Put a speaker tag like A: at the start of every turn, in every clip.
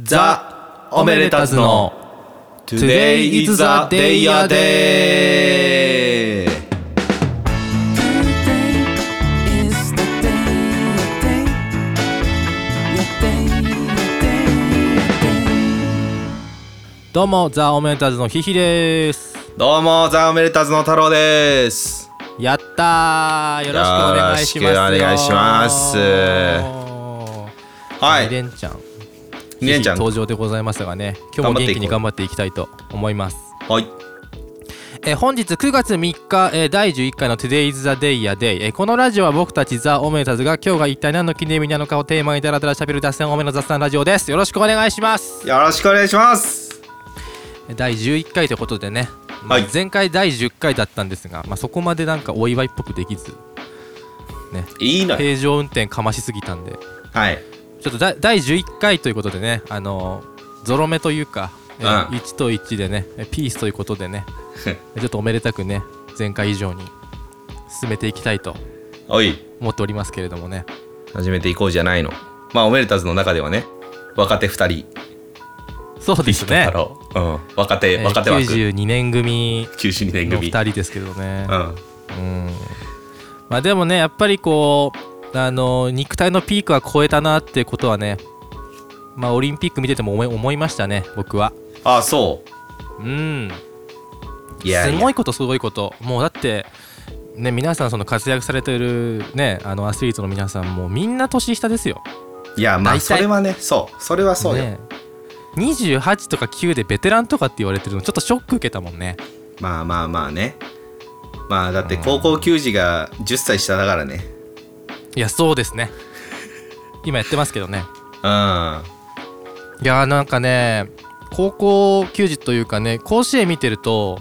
A: ザ・おめでたずの
B: Today is a day a
A: day
C: Today is the day, your day, your day, your day, your day.
B: どうもザ・オメンターズのヒヒです
A: どうもザ・おめでたずの太郎です
B: やったーよろしくお願いしますよ
A: よろしくお願いしますはい
B: レンちゃん
A: 二連ちゃん
B: ヒヒ登場でございましたがね今日も元気に頑張っていきたいと思います
A: はい
B: えー本日9月3日、えー第11回の Today is the day a day、えーこのラジオは僕たちザ・オメンターズが今日が一体何の記念日なのかをテーマにダラダラしゃべる脱線オメの雑談ラジオですよろしくお願いします
A: よろしくお願いします
B: えー第11回ということでね、まあ
A: はい
B: 前回第10回だったんですが、まあ、そこまでなんかお祝いっぽくできず
A: いいのよ
B: 平常運転かましすぎたんで
A: はい
B: ちょっとだ第11回ということでねあのーゾロ目というか、えー
A: うん
B: 1と1でねえーピースということで ねちょっとおめでたくね前回以上に進めていきたいと
A: おい
B: 思っておりますけれどもね
A: 始めていこうじゃないのまあおめでたずの中ではね若手二人
B: そうですね
A: 太、郎うん若手
B: えー
A: 若手枠
B: 92年組
A: 92年
B: の
A: 組
B: 2人ですけどね
A: う、ん
B: うんまあでもねやっぱりこうあの肉体のピークは超えたなってことはねまあオリンピック見てても思い思いましたね僕は
A: あそう
B: うん
A: いや
B: す
A: いや
B: ごいことすごいこともうだってね皆さんその活躍されてるねあのアスリートの皆さんもうみんな年下ですよ
A: いやまあ
B: 大体
A: それはねそうそれはそうよ、
B: ね28とか9でベテランとかって言われてるのちょっとショック受けたもんね
A: まあまあまあねまあだって高校球児が10歳下だからね
B: いやそうですね今やってますけどね
A: うん
B: いやーなんかね高校球児というかね甲子園見てると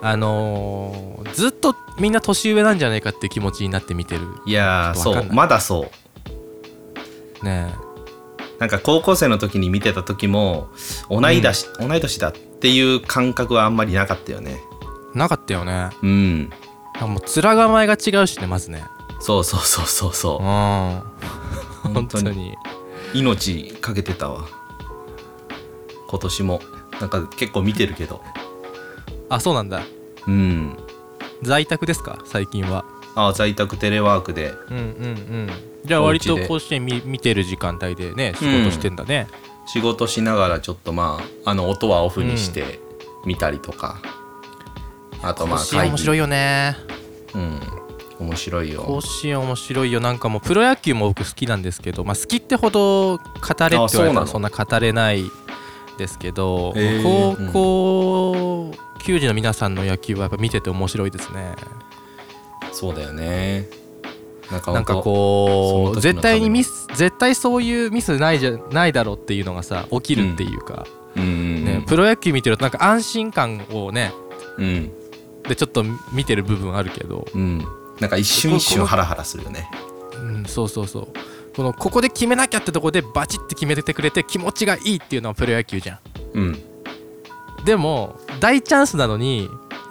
B: あのーずっとみんな年上なんじゃないかって気持ちになって見てる
A: いやー
B: ちょっとわか
A: そうん
B: ない
A: まだそう
B: ね
A: なんか高校生の時に見てた時も同いだし、同い年だっていう感覚はあんまりなかったよね
B: なかったよねなん
A: うん
B: かもう面構えが違うしねまずね
A: そうそうそう
B: う
A: そう
B: ん
A: そ
B: 本
A: 本当
B: 当
A: に
B: に
A: う命かけてたわ今年もなんか結構見てるけど
B: あそうなんだ
A: うん
B: 在宅ですか最近は
A: ああ在宅テレワークで
B: うんうんうんじゃあ
A: お
B: 割
A: 家で
B: と甲子園見見てる時間帯でね仕事してんだね、
A: 仕事しながらちょっとまああの音はオフにして見たりとか、あとまあ
B: 甲子園面白い
A: い
B: よね
A: うん面白いよ
B: 甲子園面白いよなんかもうプロ野球も僕好きなんですけど、まあ、好きってほど語れって言わ
A: あそう
B: れ
A: な
B: たら
A: の
B: そんな語れないですけど
A: へー
B: 高校球児の皆さんの野球はやっぱ見てて面白いですね
A: そうだよねなんか
B: なんか
A: う
B: こ
A: その時のため
B: う絶対
A: の
B: にミス絶対そういうミスないじゃないだろうっていうのがさ起きるっていうか、
A: うんうん
B: ね、プロ野球見てるとなんか安心感をね
A: うん
B: でちょっと見てる部分あるけど、
A: うんなんか一瞬一瞬ハラハラするよね
B: うん、そうそうそうこのここで決めなきゃってとこでバチッて決めてくれて気持ちがいいっていうのはプロ野球じゃ
A: うん
B: んでも大チャンスなのに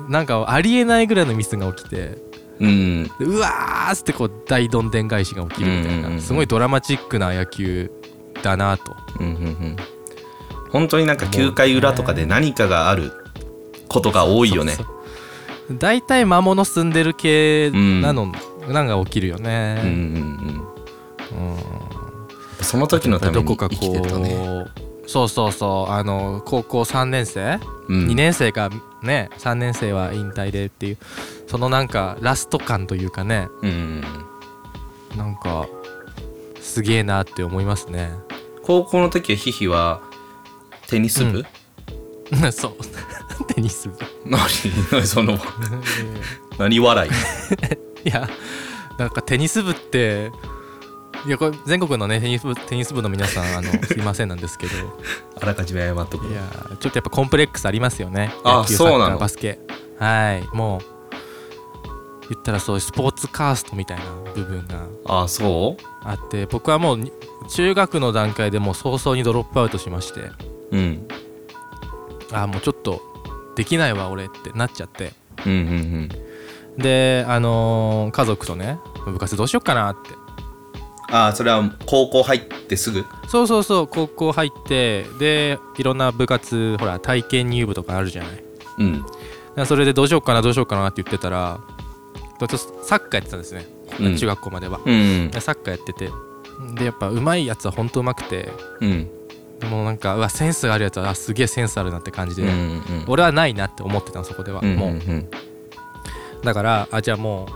B: なんかありえないぐらいのミスが起きて
A: うん
B: でうわーっつってこう大どんでん返しが起きるみたい
A: うんうんうんう
B: なんすごいドラマチックな野球だなと
A: うんうんうん本当になんか9回裏とかで何かがあることが多いよね
B: そうそう大体魔物住んでる系なの、なんか起きるよ
A: うん
B: ね、
A: うん
B: うん
A: うんその時のため
B: ど
A: に
B: こ
A: 生
B: か
A: き
B: こ
A: てるとね
B: うそうそうそうあの高校3年生
A: うん
B: 2年生がね3年生は引退でっていうそのなんかラスト感というかね
A: うんうんうん
B: なんかすげえなって思いますね
A: 高校の時はヒヒはテニス部、
B: そう テニス部
A: 何その何笑い
B: いやなんかテニス部っていやこれ全国のねテニス部テニス部の皆さんあのすいませんなんですけど
A: あらかじめ謝っとく
B: いやちょっとやっぱコンプレックスありますよね
A: あ
B: 野球
A: そう
B: サッ
A: なの
B: カーバスケはいもう言ったらそういうスポーツカーストみたいな部分が
A: ああそう
B: あって僕はもうに中学の段階でもう早々にドロップアウトしまして
A: うん
B: ああもうちょっとできないわ俺ってなっちゃって
A: うんうんうん
B: であのー家族とね部活どうしよっかなって
A: ああそれは高校入ってすぐ
B: そうそうそう高校入ってでいろんな部活ほら体験入部とかあるじゃないだか
A: うん
B: らそれでどうしようかなどうしようかなって言ってたらちょっとサッカーやってたんですね、
A: うん
B: 中学校までは、
A: うん
B: でサッカーやっててでやっぱうまいやつはほんとうまくて
A: うん
B: でもなんかうわセンスがあるやつはあすげえセンスあるなって感じで、
A: うんうん
B: 俺はないなって思ってたのそこでは、
A: うん
B: も
A: うん
B: う
A: うん
B: だからあじゃあもうちょ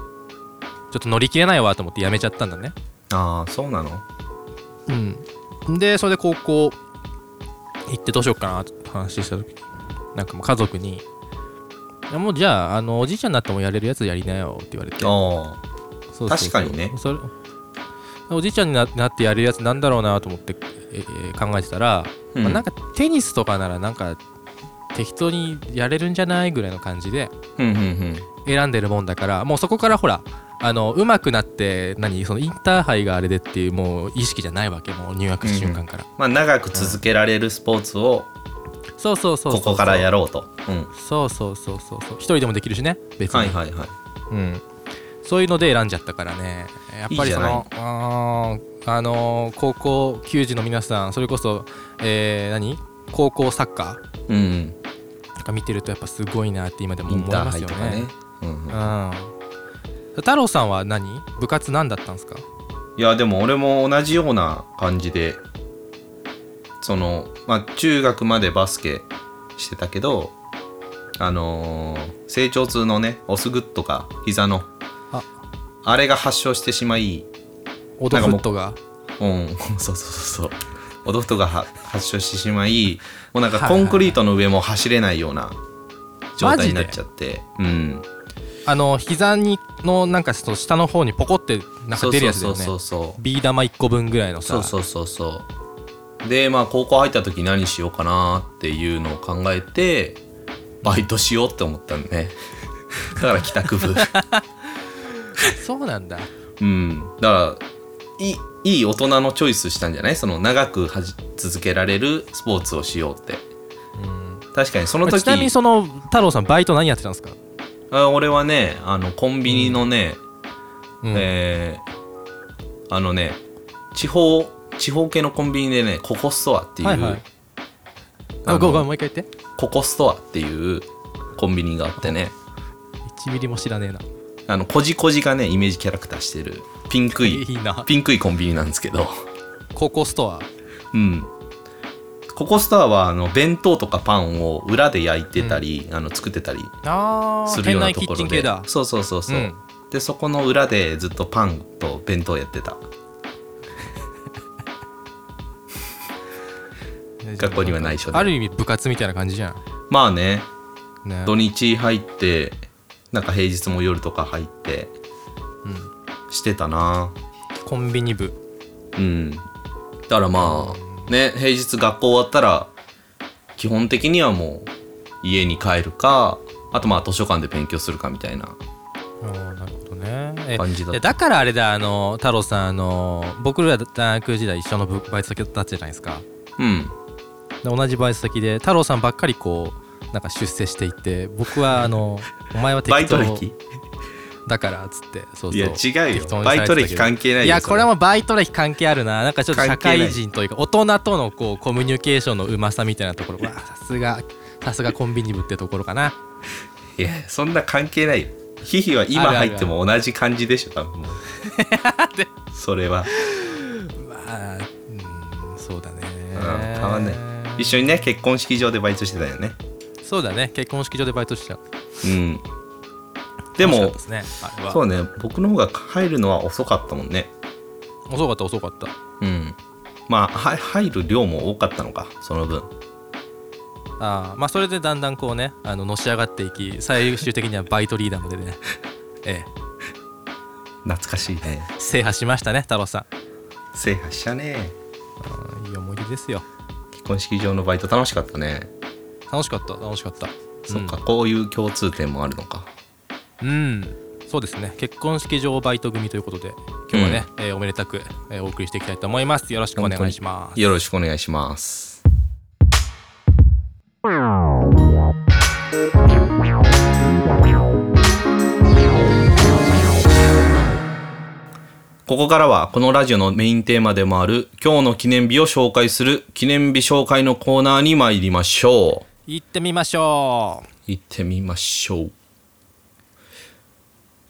B: っと乗り切れないわと思ってやめちゃったんだね
A: ああそうなの
B: うんでそれで高校行ってどうしようかなって話した時なんかもう家族に「いやもうじゃああのおじいちゃんになってもやれるやつやりなよ」って言われて
A: あ
B: そうそうそう
A: 確かにね
B: それおじいちゃんにななってやるやつなんだろうなと思って、ええ考えてたら、
A: うん
B: まあなんかテニスとかならなんか適当にやれるんじゃないぐらいの感じで
A: あうんうん
B: 選んでるもんだからもうそこからほらあの上手くなって何そのインターハイがあれでっていうもう意識じゃないわけもう入学した瞬間から、
A: まあ長く続けられるスポーツを
B: そうそうそうそう
A: ここからやろうとうん
B: そうそうそうそうそう一人でもできるしね別に、
A: はいはいはい
B: うん、そういうので選んじゃったからねやっぱりそのあーあのー高校球児の皆さんそれこそ、えー何高校サッカ
A: うん
B: ーとか見てるとやっぱすごいなって今でも
A: イ
B: 思
A: ン
B: い
A: ター
B: ま
A: ハ
B: す
A: イ
B: よ
A: と
B: ね
A: かねうんうん
B: うん、太郎さんは何部活何だったんですか
A: いやでも俺も同じような感じでそのまあ中学までバスケしてたけどあのー成長痛のねオスグッドが膝の
B: あ
A: あれが発症してしまい
B: オドフットが
A: うん そうそうそうそうオドフトがは発症してしまいもうなんか
B: はいは
A: コ
B: いはい
A: ンクリートの上も走れないような状態になっちゃってうん
B: あの膝にのなんかその下の方にポコってなんか出るやつだよね
A: そうそうそうそう
B: ビー玉1個分ぐらいのさ
A: そうそうそうそうでまあ高校入った時何しようかなっていうのを考えてバイトしようって思ったんね だから帰宅部
B: そうなんだ
A: うんだからいいいい大人のチョイスしたんじゃないその長くはじ続けられるスポーツをしようって確かにその時
B: ちなみにその太郎さんバイト何やってたんですか、
A: あ俺はねあのコンビニのね、
B: うん
A: えーあのね地方地方系のコンビニでねココストアっていう、
B: はいはい
A: あ
B: あ
A: の
B: ごめんもう一回言って
A: ココストアっていうコンビニがあってね
B: 1ミリも知らねえな
A: あのコジコジがねイメージキャラクターしてるピン クい
B: いいな
A: ピンクいコンビニなんで すけど
B: 高校ストア
A: うんココストアはあの弁当とかパンを裏で焼いてたり、あの作ってたり
B: あ
A: する
B: 店
A: ような
B: 内
A: と
B: キ
A: こ
B: ッ
A: ろ
B: チン
A: で
B: 系だ
A: そうそうそうそう、
B: うん
A: でそこの裏でずっとパンと弁当やってた学校には内緒で
B: ある意味部活みたいな感じじゃん、
A: まあね
B: ね、
A: 土日入ってなんか平日も夜とか入って
B: うん
A: してたな
B: コンビニ部
A: うんだからまあね平日学校終わったら基本的にはもう家に帰るかあとまあ図書館で勉強するかみたいな
B: あーなるほどねえ
A: 感じだった
B: いやだからあれだあの太郎さんあの僕ら大学時代一緒の部バイト先だったじゃないですか
A: うん
B: で同じバイト先で太郎さんばっかりこうなんか出世していて僕はあのお前は適当
A: バイト歴
B: だからっつってそうそう
A: いや違うよ
B: 適当にさ
A: バ
B: れ
A: イ
B: てたけ
A: ト
B: ど
A: 歴関係ないよ
B: いや
A: そ
B: これはもうバイト歴関係あるななんかちょっと社
A: 関係ない
B: 会人というか大人とのこうコミュニケーションのうまさみたいなところわあさすがさすがコンビニ部ってところかない
A: やそんな関係ないよヒヒは今
B: あるあるあ
A: 入
B: る
A: っても同じ感じでしょ多分も うそれは、
B: まあうんそうだね
A: うん、変わんない一緒にね結婚式場でバイトしてたよね
B: そうだね結婚式場でバイトしてた
A: うんでも
B: 楽しかったですねあれは
A: そうね僕の方が入るのは遅かったもんね
B: 遅かった遅かった
A: うんまあは入る量も多かったのかその分
B: あーまあそれでだんだんこうねあののし上がっていき最終的にはバイトリーダーまでね ええ
A: 懐かしいね
B: 制覇しましたね太郎さ
A: 制覇したね
B: んいい思い出ですよ
A: 結婚式場のバイト楽しかったね、
B: 楽しかった楽しかった
A: そっかこういう共通点もあるのか
B: うん、うんそうですね結婚式場バイト組ということで今日はね、えーおめでたく、えーお送りしていきたいと思いますよろしくお願いします
A: よろしくお願いしますここからはこのラジオのメインテーマでもある今日の記念日を紹介する記念日紹介のコーナーに参りましょう。
B: 行ってみましょう
A: 行ってみましょう。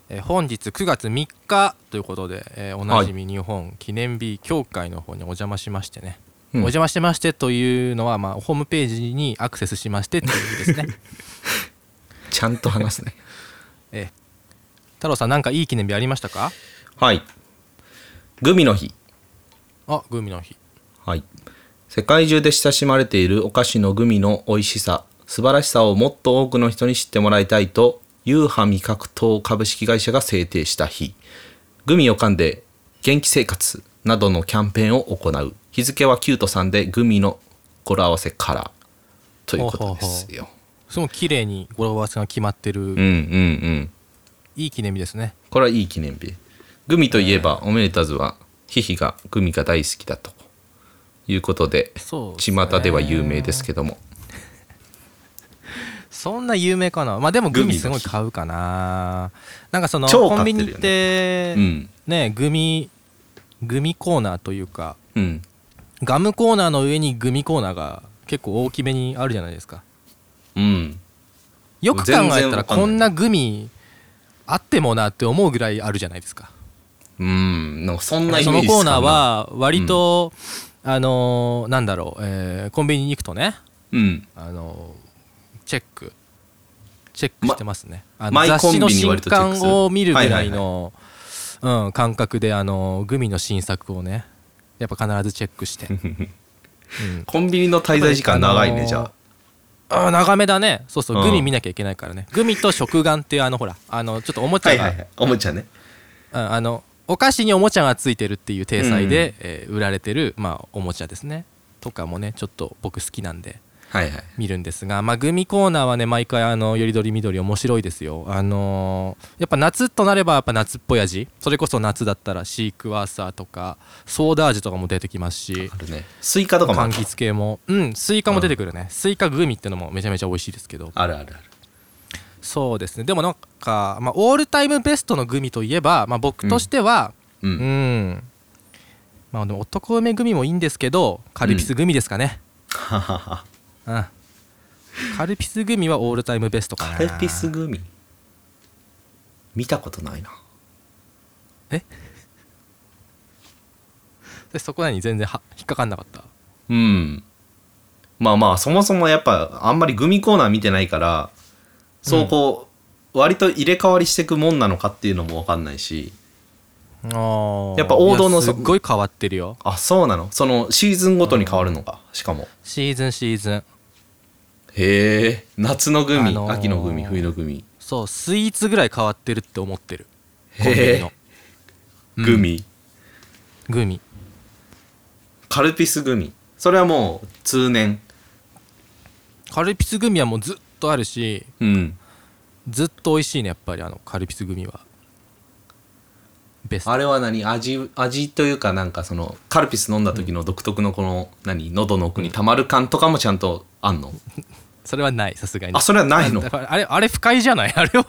B: えー本日9月3日ということで、えーおなじみ日本記念日協会の方にお邪魔しましてね、
A: う
B: お
A: ん
B: 邪魔してましてというのは、まあ、ホームページにアクセスしましてっていう意味ですね、
A: ちゃんと話すね。
B: えー太郎さんなんかいい記念日ありましたか
A: はい。グミの日。
B: あグミの日
A: はい。世界中で親しまれているお菓子のグミの美味しさ、素晴らしさをもっと多くの人に知ってもらいたいと、ユーハ味覚糖株式会社が制定した日。グミを噛んで元気生活などのキャンペーンを行う。日付はキュートさんでグミの語呂合わせからということですよ。
B: すごい綺麗に語呂合わせが決まってる、
A: うんうんうん。
B: いい記念日ですね
A: これはいい記念日。グミといえば、おめでたずは、ヒヒがグミが大好きだということで、
B: そうですね
A: 巷では有名ですけども。
B: そんな有名かなまあでもグ
A: グ
B: ミ
A: ミの日
B: すごい買うかななんかその
A: 超
B: コ
A: 買
B: ン
A: っ
B: ビ
A: てるよ
B: ニ
A: ね
B: って、
A: うん。
B: ねグミグミコーナーというか
A: うん。
B: ガムコーナーの上にグミコーナーが結構大きめにあるじゃないですか
A: うん。
B: よく考
A: 全然
B: えたら
A: わかんない
B: こんなグミあってもなって思うぐらいあるじゃないですか
A: うん。なんかそんなイ
B: そ
A: メ
B: の
A: ージ
B: コーナー、は割と、あのーなんだろう、えーコンビニに行くとね、
A: うん。
B: あのーチェックチェックしてますね、あの
A: マイ
B: 雑
A: コ
B: 誌
A: ンビ
B: の
A: ニ
B: 新
A: 割とチェックする
B: 刊を見るぐらいの、うん、感覚で、あのーグミの新作をねやっぱ必ずチェックして、うん
A: コンビニの滞在時間長いね、じゃあ。
B: あー長めだねそうそう、
A: うん
B: グミ見なきゃいけないからねグミと食玩っていうあのほらあのちょっとおもちゃが、
A: い。おもちゃね。
B: うんあのお菓子におもちゃがついてるっていう体裁で、
A: うん
B: えー売られてる、まあ、おもちゃですねとかもねちょっと僕好きなんで
A: はいはい。
B: 見るんですが、まあ、グミコーナーはね毎回あのよりどりみどり面白いですよあのーやっぱ夏となればやっぱ夏っぽい味それこそ夏だったらシークワーサーとかソーダ味とかも出てきますし
A: あるね。スイカとかもあ
B: 柑
A: る。
B: 橘系もうんスイカも出てくるね、スイカグミってのもめちゃめちゃ美味しいですけど
A: あるあるある。
B: そうですねでもなんか、まあ、オールタイムベストのグミといえば、まあ、僕としては
A: う
B: うん、
A: ん。
B: まあでも男梅グミもいいんですけどカルピスグミですかね
A: ははは。
B: うん、カルピスグミはオールタイムベストかな
A: カルピスグミ見たことないな。
B: でそこらに全然は引っかかんなかった
A: うん。まあまあ、そもそもやっぱ、あんまりグミコーナー見てないから、そうこう、割と入れ替わりしていくもんなのかっていうのもわかんないし、やっぱ王道の
B: いやすっごい変わってるよ
A: あ、そうなのそのシーズンごとに変わるのか、しかも。
B: シーズンシーズン
A: へえ夏のグミ、
B: あのー
A: 秋のグミ冬のグミ
B: そうスイーツぐらい変わってるって思ってるコンビニ
A: へ
B: の
A: えグミ
B: グミ
A: カルピスグミそれはもう通年
B: カルピスグミはもうずっとあるし
A: うん
B: ずっと美味しいねやっぱりあのカルピスグミはベスト
A: あれは何味味というかなんかそのカルピス飲んだ時の独特のこの、何喉の奥にたまる感とかもちゃんとあんの
B: それはないさすがに
A: あそれはないの
B: だからあれあれ不快じゃない あれは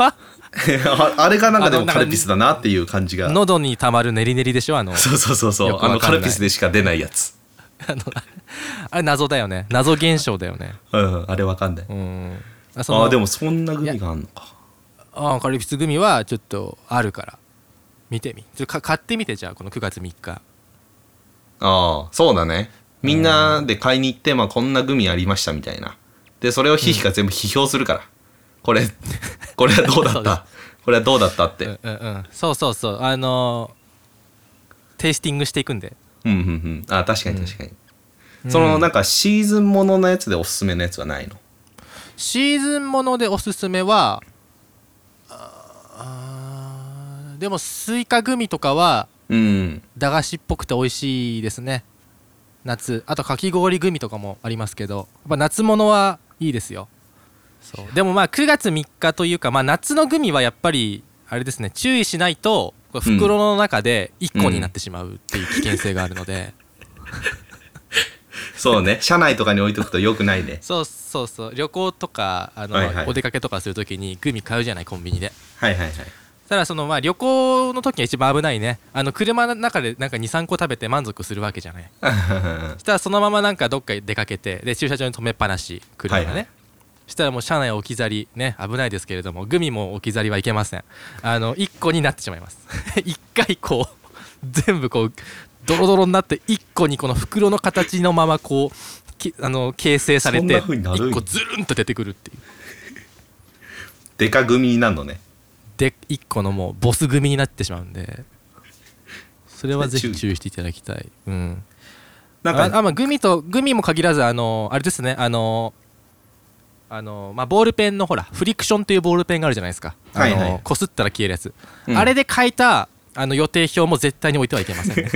A: あ あれがなんかで
B: あの
A: も
B: なんか
A: カルピスだなっていう感じが
B: 喉にたまるネリネリでしょ あの
A: そうそうそうそう
B: よく
A: あ
B: わ
A: の
B: かん
A: カ
B: ない
A: ルピスでしか出ないやつ
B: あのあれ謎だよね謎現象だよね
A: うんあれわかんない、
B: うんあその
A: あでもそんなグミがあんのか
B: あカルピスグミはちょっとあるから見てみちょっとか買ってみてじゃあこの9月3日
A: ああそうだねみんなで買いに行って、まあ、こんなグミありましたみたいなでそれをヒヒが全部批評するから、これこれはどうだ
B: そう
A: っ
B: で
A: たこれはどうだったっ
B: う
A: て
B: んうんうんそうそうそうあのーテイスティングしていくんで
A: うんうんうんあ確かに確かに、そのなんかシーズンもののやつでおすすめのやつはないの
B: シーズンものでおすすめはああーでもスイカグミとかは
A: うん
B: 駄菓子っぽくて美味しいですね夏あとかき氷グミとかもありますけどやっぱ夏物はいいですよそうでもまあ9月3日というか、まあ、夏のグミはやっぱりあれですね注意しないとこれ袋の中で1個になってしまうっていう危険性があるので、
A: そうね車内とかに置いとくとよくないね
B: そうそうそう旅行とかあの、
A: はいはい
B: お出かけとかするときにグミ買うじゃないコンビニで
A: はいはいはい
B: ただそのまあ旅行の時が一番危ないねあの車の中でなんか23個食べて満足するわけじゃない そしたらそのままなんかどっかへ出かけてで駐車場に止めっぱなし車がね、
A: はいはい
B: そしたらもう車内置き去りね危ないですけれどもグミも置き去りはいけませんあの1個になってしまいます 一回こう全部こうドロドロになって1個にこの袋の形のままこうきあの形成され
A: そんな
B: て
A: 風になるんや
B: 1個ズルンと出てくるっていう
A: デカ組になるのね
B: で1個のもうボス組になってしまうんでそれはぜひ注意していただきたい、うん、
A: なん
B: ああ
A: か
B: まあグミとグミも限らずあのあれですねあのあのまあボールペンのほらフリクションっていうボールペンがあるじゃないですかあ
A: はいはい
B: のこすったら消えるやつ、
A: うん
B: あれで書いたあの予定表も絶対に置いてはいけません ね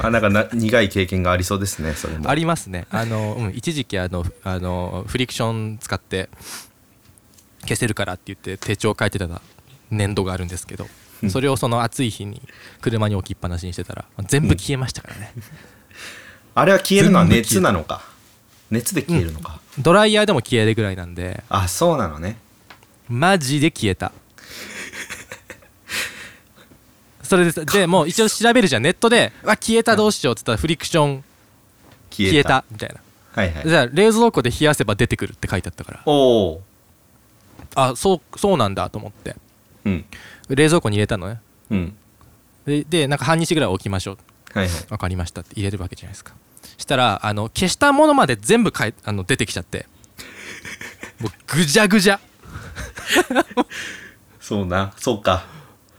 A: あなんかな苦い経験がありそうですねそれも
B: ありますねあの、うん、一時期あのあのフリクション使って消せるからって言って手帳書いてた粘土があるんですけど
A: うん
B: それをその暑い日に車に置きっぱなしにしてたら全部消えましたからね、
A: あれは消えるのは熱
B: 全部
A: なのか熱で消えるのか、
B: ドライヤーでも消えるぐらいなんで
A: あそうなのね
B: マジで消えたそれで さでもう一応調べるじゃんネットで「わ消えたどうしよう」っつったらフリクション
A: 消
B: 消
A: え
B: え
A: た
B: たみたいな、
A: はいはい
B: じゃあ冷蔵庫で冷やせば出てくるって書いてあったから
A: おお
B: あそうそうなんだと思って
A: うん
B: 冷蔵庫に入れたのね
A: うん
B: ででなんか半日ぐらい置きましょう
A: はいはい
B: 分かりましたって入れるわけじゃないですかしたらあの消したものまで全部かえあの出てきちゃ ってもうぐじゃぐじゃ、
A: そうなそうか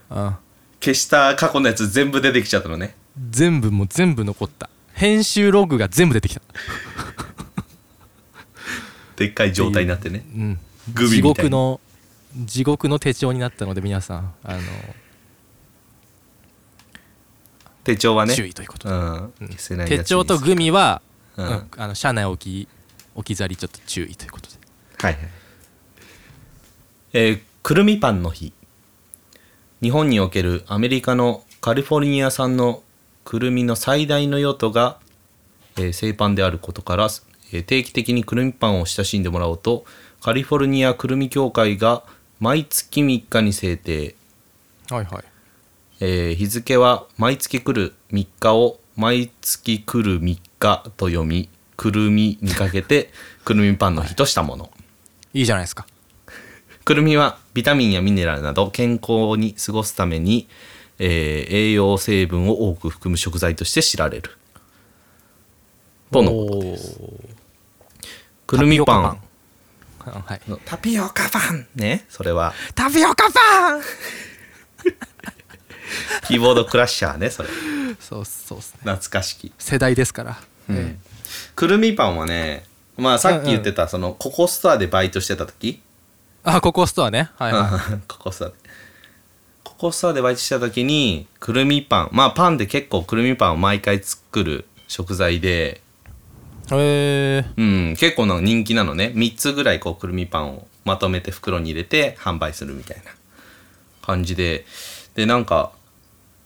B: うん
A: 消した過去のやつ全部出てきちゃったのね
B: 全部もう全部残った編集ログが全部出てきた
A: でっかい状態になってね
B: うん、
A: グミみた
B: 地
A: い
B: 獄
A: に
B: の地獄の手帳になったので皆さんあの、
A: 手帳はね
B: 注意ということ
A: う
B: で、
A: ん
B: うん
A: 消せないやつ
B: 手
A: に
B: 帳とグミは、
A: う
B: うんんあの車内置き置き去りちょっと注意ということで
A: はいはいえーくるみパンの日日本におけるアメリカのカリフォルニア産のくるみの最大の用途が、えー製パンであることから、えー定期的にくるみパンを親しんでもらおうとカリフォルニアくるみ協会が毎月3日に制定、
B: はいはい
A: えー日付は毎月来る3日を毎月来る3日と読みくるみにかけてくるみパンの日としたもの、
B: いいじゃないですか
A: くるみはビタミンやミネラルなど健康に過ごすために、えー栄養成分を多く含む食材として知られるとのことですくるみパン
B: タピオカパン、うんはい、
A: タピオカパンねそれは
B: タピオカパン
A: キーボードクラッシャーねそ れ
B: そうそうっすね
A: 懐かしき
B: 世代ですから、ええ
A: くるみパンはねまあさっき言ってたそのココストアでバイトしてた時
B: あここストアねはい、はい、
A: ココスタでココスタでバイトした時にくるみパンまあパンで結構くるみパンを毎回作る食材で
B: え
A: うん結構なんか人気なのね3つぐらいこうくるみパンをまとめて袋に入れて販売するみたいな感じででなんか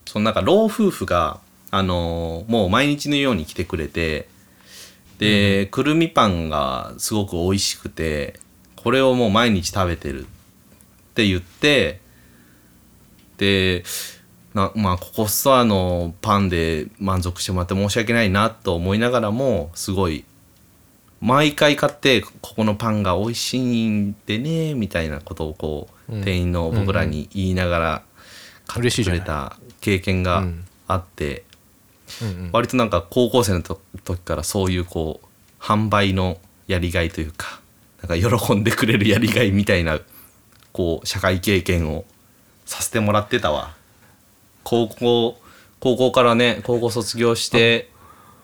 A: そのなんか老夫婦があのーもう毎日のように来てくれてで、くるみパンがすごく美味しくてこれをもう毎日食べてるって言ってでなまあここストアのパンで満足してもらって申し訳ないなと思いながらもすごい毎回買ってここのパンが美味しいんでねみたいなことをこう、
B: うん
A: 店員の僕らに言いながら買ってくれた経験があって、
B: うんうん、
A: 割となんか高校生のと時からそういうこう販売のやりがいというかなんか喜んでくれるやりがいみたいなこう社会経験をさせてもらってたわ高校高校からね高校卒業して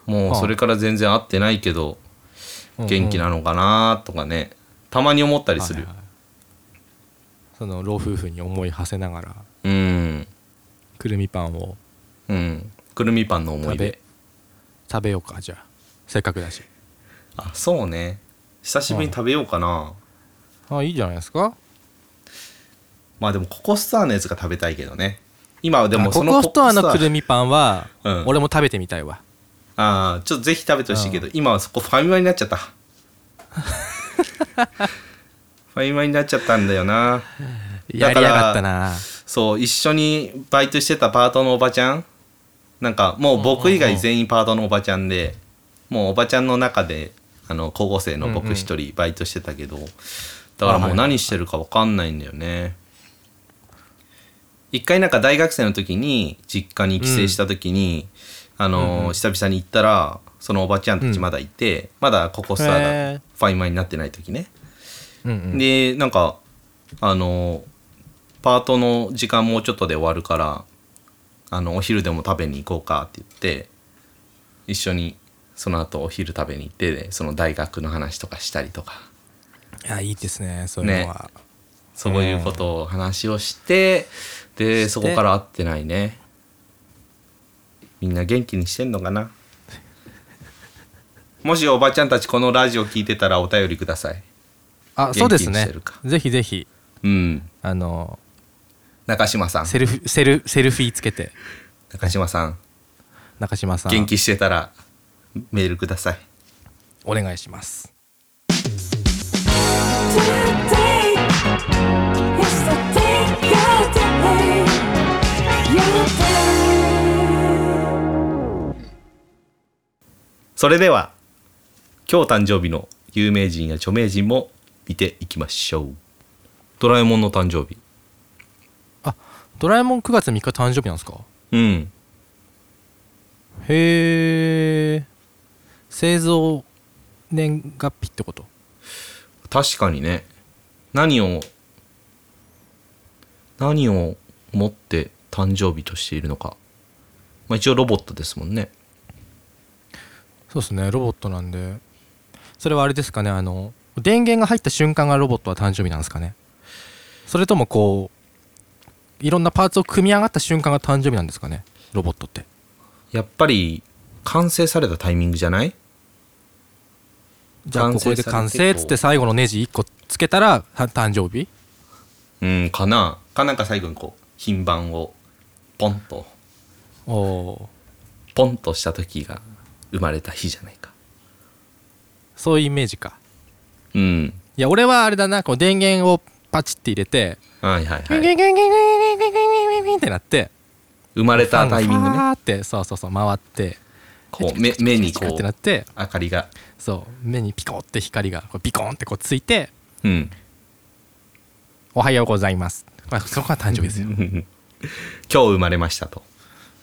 A: もうそれから全然会ってないけど元気なのかなとかねたまに思ったりするよ
B: はいはいその老夫婦に思い馳せながら
A: うん
B: くるみパンを
A: うんくるみパンの思
B: 食
A: い
B: べ
A: 出
B: 食べようかじゃあせっかくだし
A: あそうね久しぶりに食べようかな
B: あいいじゃないですか
A: まあでもココスターのやつが食べたいけどね今は
B: で
A: で
B: も
A: も
B: コ
A: その
B: コストアのくる
A: み
B: みパンは、
A: うん
B: 俺も食べてみたいわ
A: ああちょっとぜひ食べてほしいけど今はそこファミマになっち ゃったファミマになっちゃったんだよな
B: やりやがったな
A: そう一緒にバイトしてたパートのおばちゃんなんかもう僕以外全員パートのおばちゃんで、もうおばちゃんの中であの高校生の
B: うんう
A: 僕
B: ん
A: 一人バイトしてたけど、だから
B: あはい
A: も
B: は
A: う
B: い
A: 何してるか分かんないんだよね一回なんか大学生の時に実家に帰省した時に、あの久々に行ったらそのおばちゃんたちまだいて、まだココスタ
B: へ
A: ー
B: ー
A: がファイマーになってない時ね、
B: うんうん
A: でなんかあのパートの時間もうちょっとで終わるからあのお昼でも食べに行こうかって言って一緒にその後お昼食べに行って、その大学の話とかしたりとか
B: いやいいですねそういうのは、
A: そういうことを話をして、でそこから会ってないねみんな元気にしてんの かなもしおばちゃんたちこのラジオ聞いてたらお便りください
B: あそうです
A: 元気にし
B: ね
A: てるか
B: ぜひぜひ
A: うん
B: あの
A: 中島さん
B: セルフセルセルフィーつけて
A: 中島さん
B: 中島さん
A: 元気してたらメールください
B: お願いします
A: それでは今日誕生日の有名人や著名人も見ていきましょうドラえもんの誕生日
B: あドラえもん9月3日誕生日なんですか
A: うん
B: へえ製造年月日ってこと
A: 確かにね何を何を持って誕生日としているのか、まあ、一応ロボットですもんね
B: そうですねロボットなんでそれはあれですかねあの電源が入った瞬間がロボットは誕生日なんですかねそれともこういろんなパーツを組み上がった瞬間が誕生日なんですかねロボットって
A: やっぱり完成されたタイミングじゃない
B: じゃあここで完成っつって最後のネジ1個つけたらた誕生日
A: うんかなかなんか最後にこう品番をポンと
B: おおー
A: ポンとした時が生まれた日じゃないか
B: そういうイメージか
A: うん
B: いや俺はあれだなこう電源をパチって入れて
A: はいはい
B: ギン
A: は
B: ギ
A: い
B: ンギンギンギンギンギンギンギンギンってなって
A: 生まれ
B: ファ
A: たタイミング
B: ファ
A: ね
B: ーってそうそうそう回って
A: こう目目に
B: チカ
A: こ
B: ってなっ
A: う
B: て
A: 明かりが
B: そう目にピコって光がこうビコンってこうついて
A: うん
B: 「おはようございます」まあそこが誕生日ですよ
A: 今日生まれましたと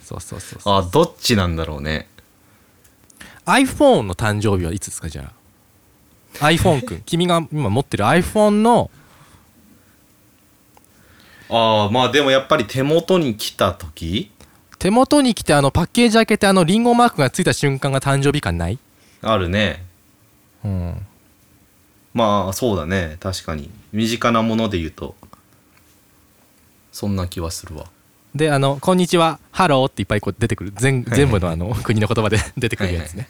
B: そうそうそうそう
A: あどっちなんだろうね
B: iPhone の誕生日はいつですかじゃあ iPhone 君君が今持ってる iPhone の
A: ああまあでもやっぱり手元に来た時
B: 手元に来てあのパッケージ開けてあのリンゴマークがついた瞬間が誕生日感ない
A: あるね
B: うん
A: まあそうだね確かに身近なもので言うとそんな気はするわ
B: であの「こんにちはハロー」っていっぱいこう出てくる全全部のあの国の言葉で 出てくるやつね、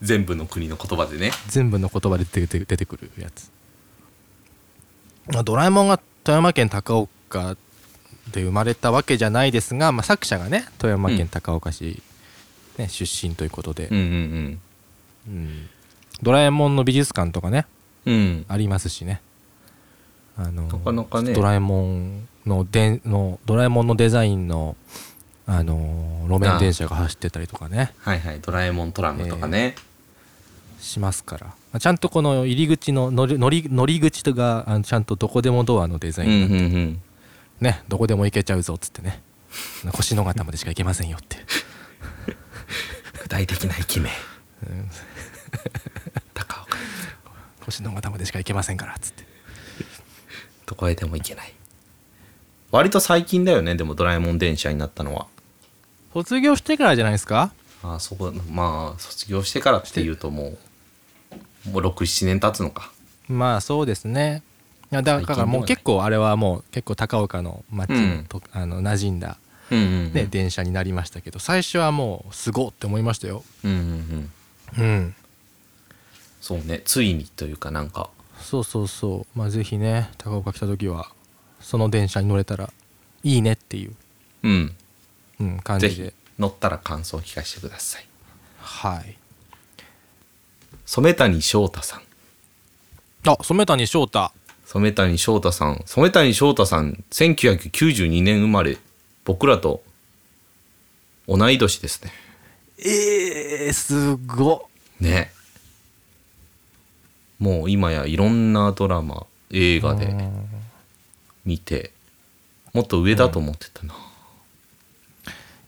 A: 全部の国の言葉でね
B: 全部の言葉で出て出てくるやつまあドラえもんが富山県高岡で生まれたわけじゃないですが、まあ、作者がね富山県高岡市、ね出身ということで、
A: うんうん
B: うんドラえもんの美術館とかね
A: うんうん
B: ありますしねあの
A: なかなかね
B: ドラえもんのでのドラえもんのデザインのあの路面電車が走ってたりとかね
A: はいはいドラえもんトラムとかね、
B: しますから、まあちゃんとこの入り口の乗り乗り乗り口とかあのちゃんとどこでもドアのデザインが、
A: うんうんうん
B: ねどこでも行けちゃうぞっつってね腰の方までしか行けませんよって
A: 具体的な駅名高岡
B: 腰の方までしか行けませんからっつって
A: どこへでも行けない割と最近だよねでもドラえもん電車になったのは
B: 卒業してからじゃないですか
A: あそこまあ卒業してからっていうともうもう67年経つのか
B: まあそうですねいやだ
A: 最
B: だ
A: 近
B: からも
A: ではないう
B: 結構あれはもう結構高岡の町のと、あの馴染んだ、
A: うんうんうん
B: ね電車になりましたけど最初はもうすごって思いましたよ
A: うんうんうん
B: うん
A: そうねついにというかなんか
B: そうそうそうまあぜひね高岡来た時はその電車に乗れたらいいねっていう、
A: うん
B: うん、感
A: ぜ
B: じ
A: ひ
B: で
A: 乗ったら感想を聞かせてください
B: はい
A: 染谷翔太さん
B: あ染谷翔太
A: 染谷翔太さん染谷翔太さん1992年生まれ僕らと同い年ですね
B: えー、すごっ
A: ねもう今やいろんなドラマ映画で見てもっと上だと思ってたな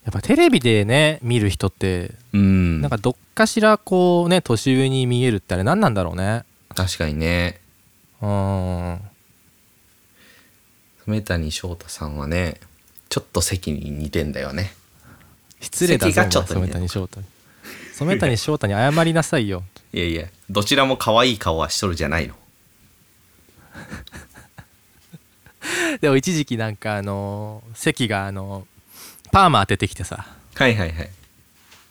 B: やっぱテレビでね見る人って
A: うん
B: なんかどっかしらこうね年上に見えるってあれ何なんだろうね
A: 確かにね
B: うーん
A: 染谷翔太さんはねちょっと席に似てんだよね
B: 失礼だ
A: 席が
B: ぞ
A: ちょっと
B: 染谷翔太に染谷翔太に謝りなさいよ
A: いやいやどちらも可愛い顔はしとるじゃないの
B: でも一時期なんかあのー関があのーパーマ当ててきてさ、
A: はいはいはい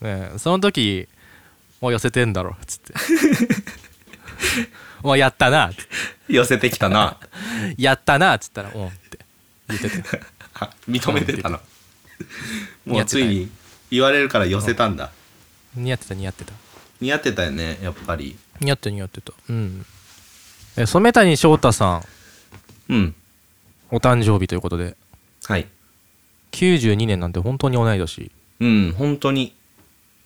B: ねその時「もう寄せてんだろ」っつって 「もうやったな」
A: 寄せてきた な
B: やったな」っつったら「うん」って言ってて
A: あ認めてたの
B: うん
A: もうついに言われるから寄せたんだ
B: 似合ってた似合ってた
A: 似合ってたよねやっぱり
B: 似合ってる似合ってたうんえ染谷翔太さん
A: うん
B: お誕生日ということで
A: はい
B: 92年なんて本当に同い年
A: うん本当に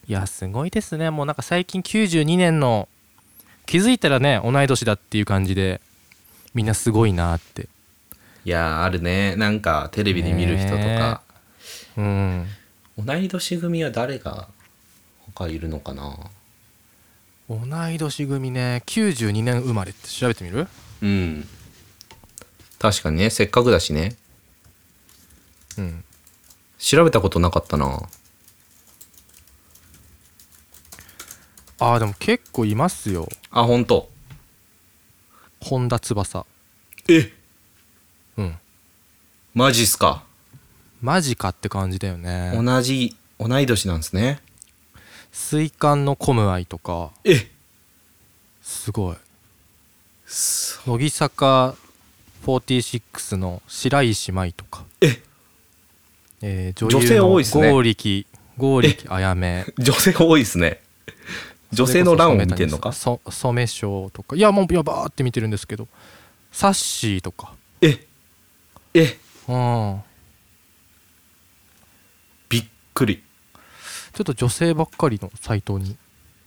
B: いやすごいですねもうなんか最近92年の気づいたらね同い年だっていう感じでみんなすごいなって
A: いやーあるねなんかテレビで見る人とか、
B: うん
A: 同い年組は誰が他いるのかな
B: 同い年組ね92年生まれって調べてみる
A: うん確かにねせっかくだしね
B: うん
A: 調べたことなかったな
B: ああでも結構いますよ
A: あ本当
B: 本田翼
A: え
B: うん
A: マジっすか
B: マジかって感じだよね
A: 同じ同い年なんですね
B: 水管のコムアイとか
A: え
B: すごい
A: そ
B: 乃木坂46の白石麻衣とか
A: え
B: えー
A: 女性多いっすね
B: 女優の剛力剛力あやめ
A: 女性が多いですね 女性の欄を見てんのか
B: そ染め賞とかいやもういやバーって見てるんですけどサッシーとか
A: ええ
B: うん
A: びっくり
B: ちょっと女性ばっかりのサイトに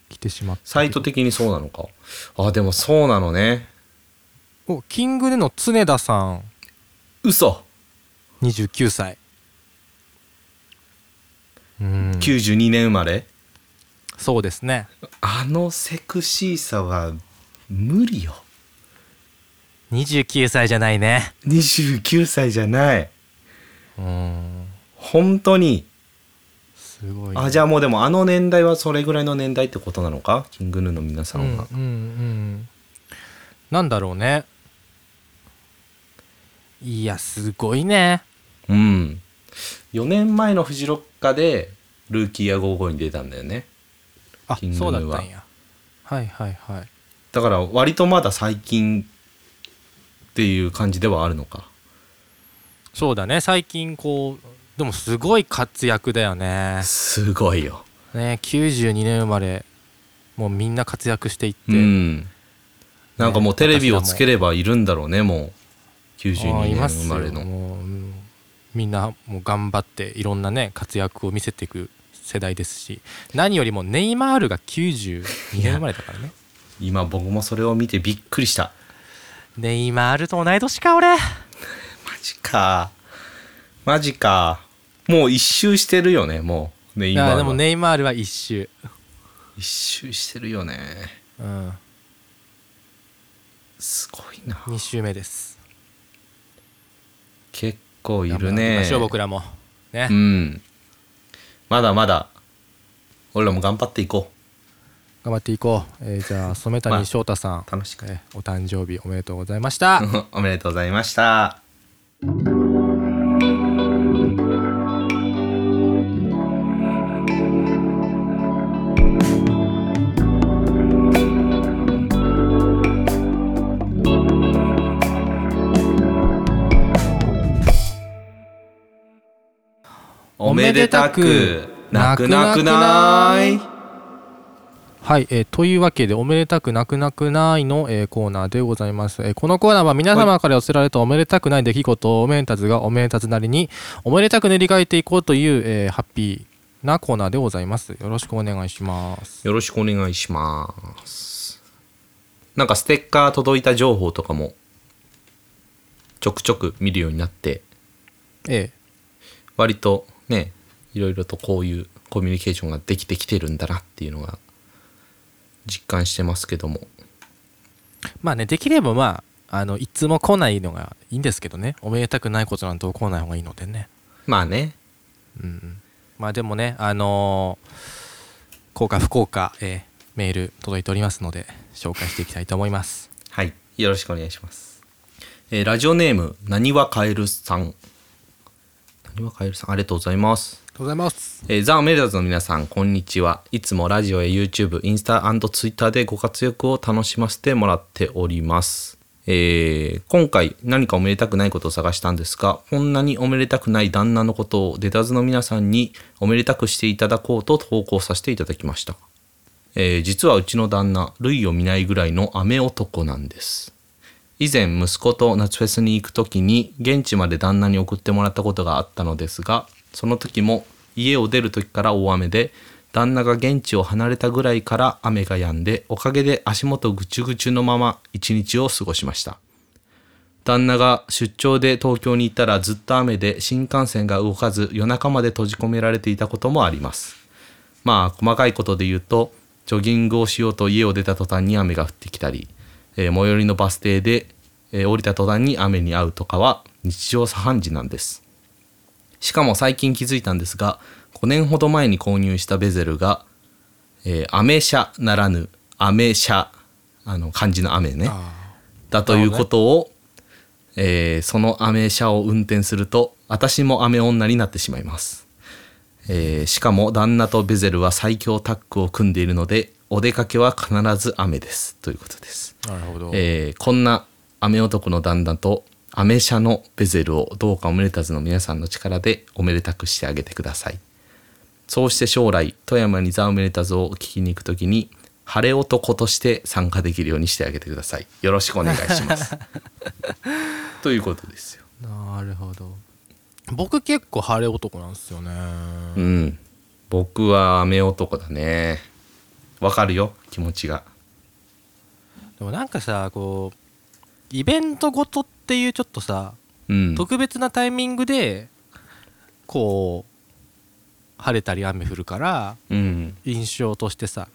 B: 来てしまった
A: サイト的にそうなのかあでもそうなのね
B: おキングでの常田さん
A: 嘘
B: 29歳うん
A: 92年生まれ、
B: そうですね
A: あのセクシーさは無理よ
B: 29歳じゃないね
A: 29歳じゃない
B: うん
A: 本当に
B: すごいね
A: あじゃあもうでもあの年代はそれぐらいの年代ってことなのかキングヌーの皆さ
B: うんん
A: は、
B: うんうんなんだろうねいやすごいね
A: うん、4年前のフジロッカでルーキーや55に出たんだよね
B: あ
A: キングヌ
B: そ
A: ー
B: う
A: は
B: だったんやはいはいはい
A: だから割とまだ最近っていう感じではあるのか
B: そうだね最近こうでもすごい活躍だよね
A: すごいよ、
B: ね92年生まれもうみんな活躍していって、
A: うんなんかもうテレビをつければいるんだろうねもう
B: あー
A: 92
B: い
A: 年
B: ますよ
A: 生まれの
B: もううんみんなもう頑張っていろんなね活躍を見せていく世代ですし何よりもネイマールが92年生まれだからね
A: 今僕もそれを見てびっくりした
B: ネイマールと同い年か俺
A: マジかマジかもう一周してるよねもうね
B: い
A: 今
B: や
A: は
B: でもネイマールは一周
A: 一周してるよね
B: うん
A: すごいな
B: 2周目です
A: 結構い
B: い
A: る
B: き
A: ね
B: ましょう僕らもね
A: うんまだまだ俺らも頑張っていこ
B: 頑張っていこう、えーじゃあ染
A: まあ
B: 谷翔太さん、
A: う楽しく
B: えーお誕生日おめでとうございました、
A: おめでとうございましたおめでたく泣くなくない
B: はい、えーというわけで「おめでたくなくなくないの」えーコーナーでございます、えーこのコーナーは皆様から寄せられたおめでたくない出来事をおめでたずがおめでたずなりにおめでたく塗り替えていこうという、えーハッピーなコーナーでございますよろしくお願いします
A: よろしくお願いします。なんかステッカー届いた情報とかもちょくちょく見るようになって、
B: え
A: 割とね、いろいろとこういうコミュニケーションができてきてるんだなっていうのが実感してますけども。
B: ーまあねできればまああのいつも来ないのがいいんですけどねおめでたくないことなんて来ない方がいいのでね
A: まあね、
B: うんうんまあでもねあのー、効果不効果、えーメール届いておりますので紹介していきたいと思います
A: はい、よろしくお願いします。えーラジオネーム、なにわかえるさん。なにわかえるさん、ありがとうございます。
B: ありがとうございます
A: えーザ・メルダーズの皆さん、こんにちは。いつもラジオや YouTube、インスタ &Twitter でご活躍を楽しませてもらっております。えー今回何かおめでたくないことを探したんですが、こんなにおめでたくない旦那のことを出たずの皆さんにおめでたくしていただこうと投稿させていただきました。えー実はうちの旦那、類を見ないぐらいの雨男なんです。以前息子と夏フェスに行く時に現地まで旦那に送ってもらったことがあったのですがその時も家を出る時から大雨で旦那が現地を離れたぐらいから雨が止んでおかげで足元ぐちゅぐちゅのまま一日を過ごしました旦那が出張で東京に行ったらずっと雨で新幹線が動かず夜中まで閉じ込められていたこともありますまあ細かいことで言うとジョギングをしようと家を出た途端に雨が降ってきたり、えー最寄りのバス停で、えー降りた途端に雨に遭うとかは日常茶飯事なんですしかも最近気づいたんですが5年ほど前に購入したベゼルが、えー、雨車ならぬ雨車あの漢字の雨ねだということを、えーその雨車を運転すると私も雨女になってしまいますえーしかも旦那とベゼルは最強タッグを組んでいるのでお出かけは必ず雨ですということです、
B: なるほど
A: えーこんな雨男の旦那と雨車のベゼルをどうかおめでたずの皆さんの力でおめでたくしてあげてくださいそうして将来富山にザ・おめでたずを聞きに行くときに晴れ男として参加できるようにしてあげてくださいよろしくお願いします ということですよ
B: なるほど僕結構晴れ男なんですよね
A: うん僕は雨男だねわかるよ気持ちが
B: でもなんかさこうイベントごとっていうちょっとさ、
A: うん
B: 特別なタイミングでこう晴れたり雨降るから
A: うん
B: 印象としてさ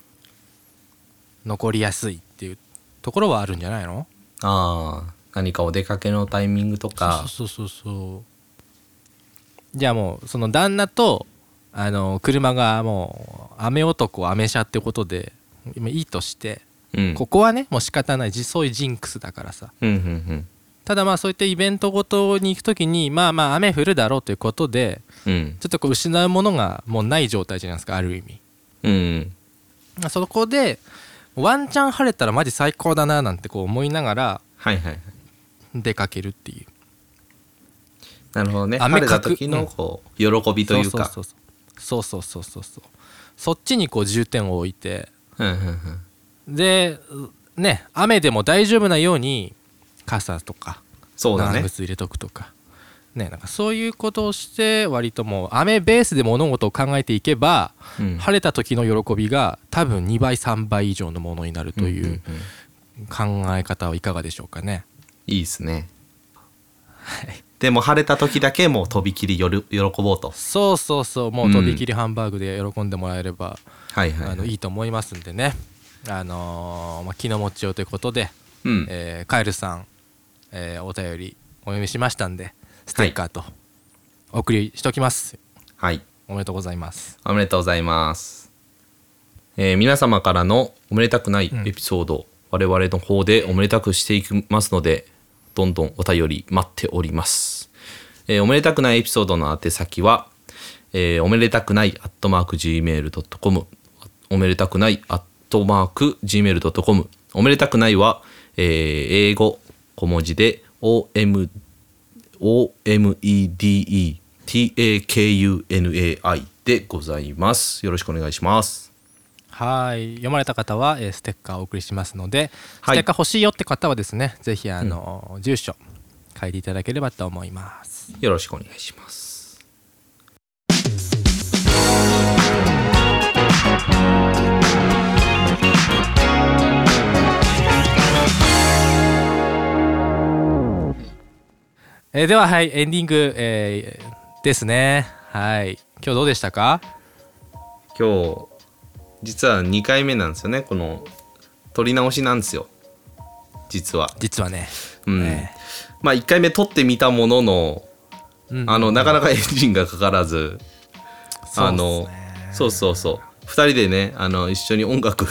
B: 残りやすいっていうところはあるんじゃないの
A: ああ何かお出かけのタイミングとか
B: そうそうそうそうじゃあもうその旦那とあの車がもう雨男雨車ってことで今いいとして、
A: うん
B: ここはねもう仕方ない自そういうジンクスだからさ
A: うんうん
B: ただまあそういったイベントごとに行く時にまあまあ雨降るだろうということで
A: うんうん
B: ちょっとこう失うものがもうない状態じゃないですかある意味
A: うん
B: まあそこでワンチャン晴れたらマジ最高だななんてこう思いながら
A: はいはいはい
B: 出かけるっていう
A: なるほどね
B: 雨
A: 晴
B: か
A: れ
B: く
A: た時のこう喜びというか
B: そうそうそうそうそうそうそうそうそっちにこう重点を置いて
A: うんうん
B: でね雨でも大丈夫なように傘とか
A: うんそうだ
B: 長
A: ね
B: 靴入れとくとかねなんかそういうことをして割ともう雨ベースで物事を考えていけば、
A: うん
B: 晴れた時の喜びが多分2倍3倍以上のものになるとい
A: んん
B: う
A: うん
B: 考え方はいかがでしょうかね。
A: いいですねでも晴れた時だけもうとびきりよる喜ぼうと
B: そうそうそうもうとびきりハンバーグで喜んでもらえれば、
A: はいはい
B: あのいいと思いますんでね、あのーまあ、気の持ちようということで、
A: うん
B: えーカエルさん、えーお便りお読みしましたんでステッカーとお送りしときます、
A: はい
B: おめでとうございます
A: おめでとうございます。えー皆様からのおめでたくないエピソード、我々の方でおめでたくしていきますので、どんどんお便り待っております。えーおめでたくないエピソードの宛先は、えーおめでたくない Gmail.com、おめでたくない Gmail.com、おめでたくないは、えー英語小文字で OM OMEDETAKUNAI でございます。よろしくお願いします。
B: はい読まれた方は、えーステッカーをお送りしますので、
A: はい
B: ステッカー欲しいよって方はですねぜひあの、住所書いていただければと思います
A: よろしくお願いします。
B: えーでははいエンディング、えーですねはい今日どうでしたか
A: 今日、実は2回目なんですよね。この、撮り直しなんですよ。実は。
B: 実はね
A: うん。
B: ね
A: まあ1回目撮ってみたものの、
B: うん
A: あの、なかなかエンジンがかから
B: そうっ
A: ず、
B: すね
A: あのそうそうそう2人でねあの一緒に音楽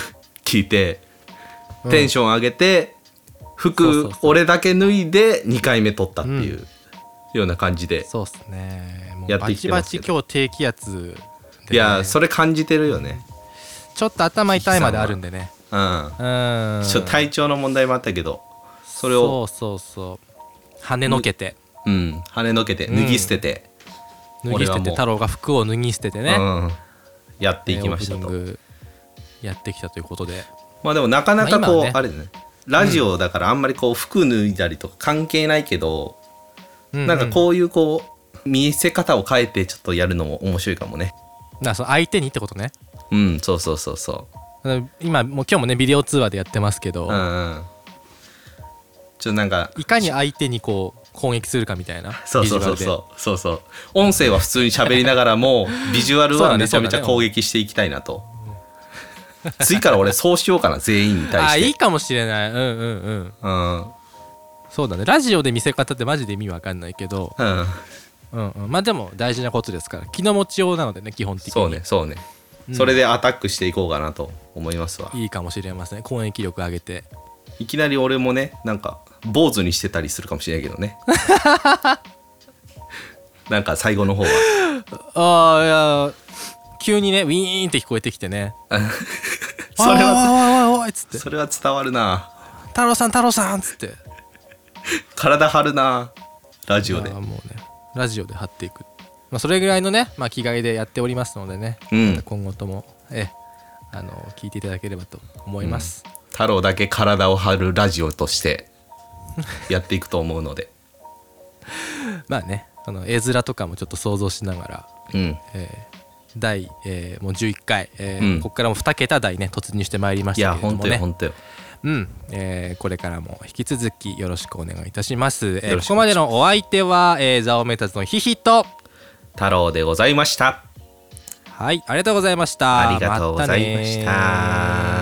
A: 聴いてテンション上げて、服
B: そうそうそ
A: 俺だけ脱いで2回目撮ったっていう、ような感じで、
B: そうっすねもう
A: やっ
B: バ
A: てき
B: チ
A: て
B: バ
A: ます
B: チ
A: けど
B: 今日低気圧で
A: いや
B: ね
A: それ感じてるよね
B: ちょっと頭痛いまであるんでね
A: うん、
B: うん
A: ちょっと体調の問題もあったけどそれを
B: そうそうそう跳ねのけて
A: うん跳ねのけて
B: うん
A: 脱ぎ捨てて、
B: 脱ぎ
A: 俺
B: 捨て
A: はも
B: て
A: う
B: 太郎が服を脱ぎ捨ててね、
A: うんやっていきました
B: ねオー
A: と、
B: プニングやってきたということで
A: まあでもなかなかこう、
B: まあ今はね
A: あれだねラジオだからあんまりこう服脱いだりとか関係ないけど、なんかこういうこう見せ方を変えてちょっとやるのも面白いかもね
B: うんなその相手にってことね
A: うんそうそうそうそ
B: あの今もう今日もねビデオ通話でやってますけど、
A: ううんうんちょっとなんか
B: いかに相手にこう攻撃するかみたいな
A: そうそうそう
B: ビジュアル
A: そうそうそう音声は普通に喋りながら もビジュアル
B: そうだ
A: は
B: ね
A: めちゃめち
B: そ
A: ゃ
B: うだね
A: 攻撃していきたいなと、次から俺そうしようかな全員に
B: であ
A: 対して
B: いいかもしれないうんうんうん
A: うんうん
B: そうだねラジオで見せ方ってマジで意味わかんないけど、うんうん、まあでも大事なことですから気の持ちようなのでね基本的に
A: そうねそうね、それでアタックしていこうかなと思いますわ
B: いいかもしれません攻撃力上げて
A: いきなり俺もねなんか坊主にしてたりするかもしれないけど ねなんか最後の方は
B: ああいや急にねウィーンって聞こえてきてね
A: それは
B: はおいおいおいおいっつって
A: それは伝わるな
B: 「太郎さん太郎さん」っつって
A: 体張るなラジオで
B: まあもうねラジオで貼っていく、まあ、それぐらいのね、まあ、気概でやっておりますのでね、
A: うん
B: 今後ともええあの聞いていただければと思います、
A: 太郎だけ体を張るラジオとしてやっていくと思うので
B: まあねあの絵面とかもちょっと想像しながら、
A: うん
B: ええ第、ええもう11回、ええ
A: うん
B: ここからも2桁台ね突入してまいりま
A: い
B: した
A: や
B: けれど
A: 本
B: も
A: 当よ
B: ね
A: 本当よ
B: うん、えーこれからも引き続きよろしくお願いいたします。えー
A: よろ
B: こ
A: しく
B: こ
A: お
B: ま
A: 願い
B: で
A: します
B: のお相手は、えーザオメタズのヒヒと、
A: 太郎でございました
B: はい、ありがとうございました。
A: ありがとうございました
B: たねー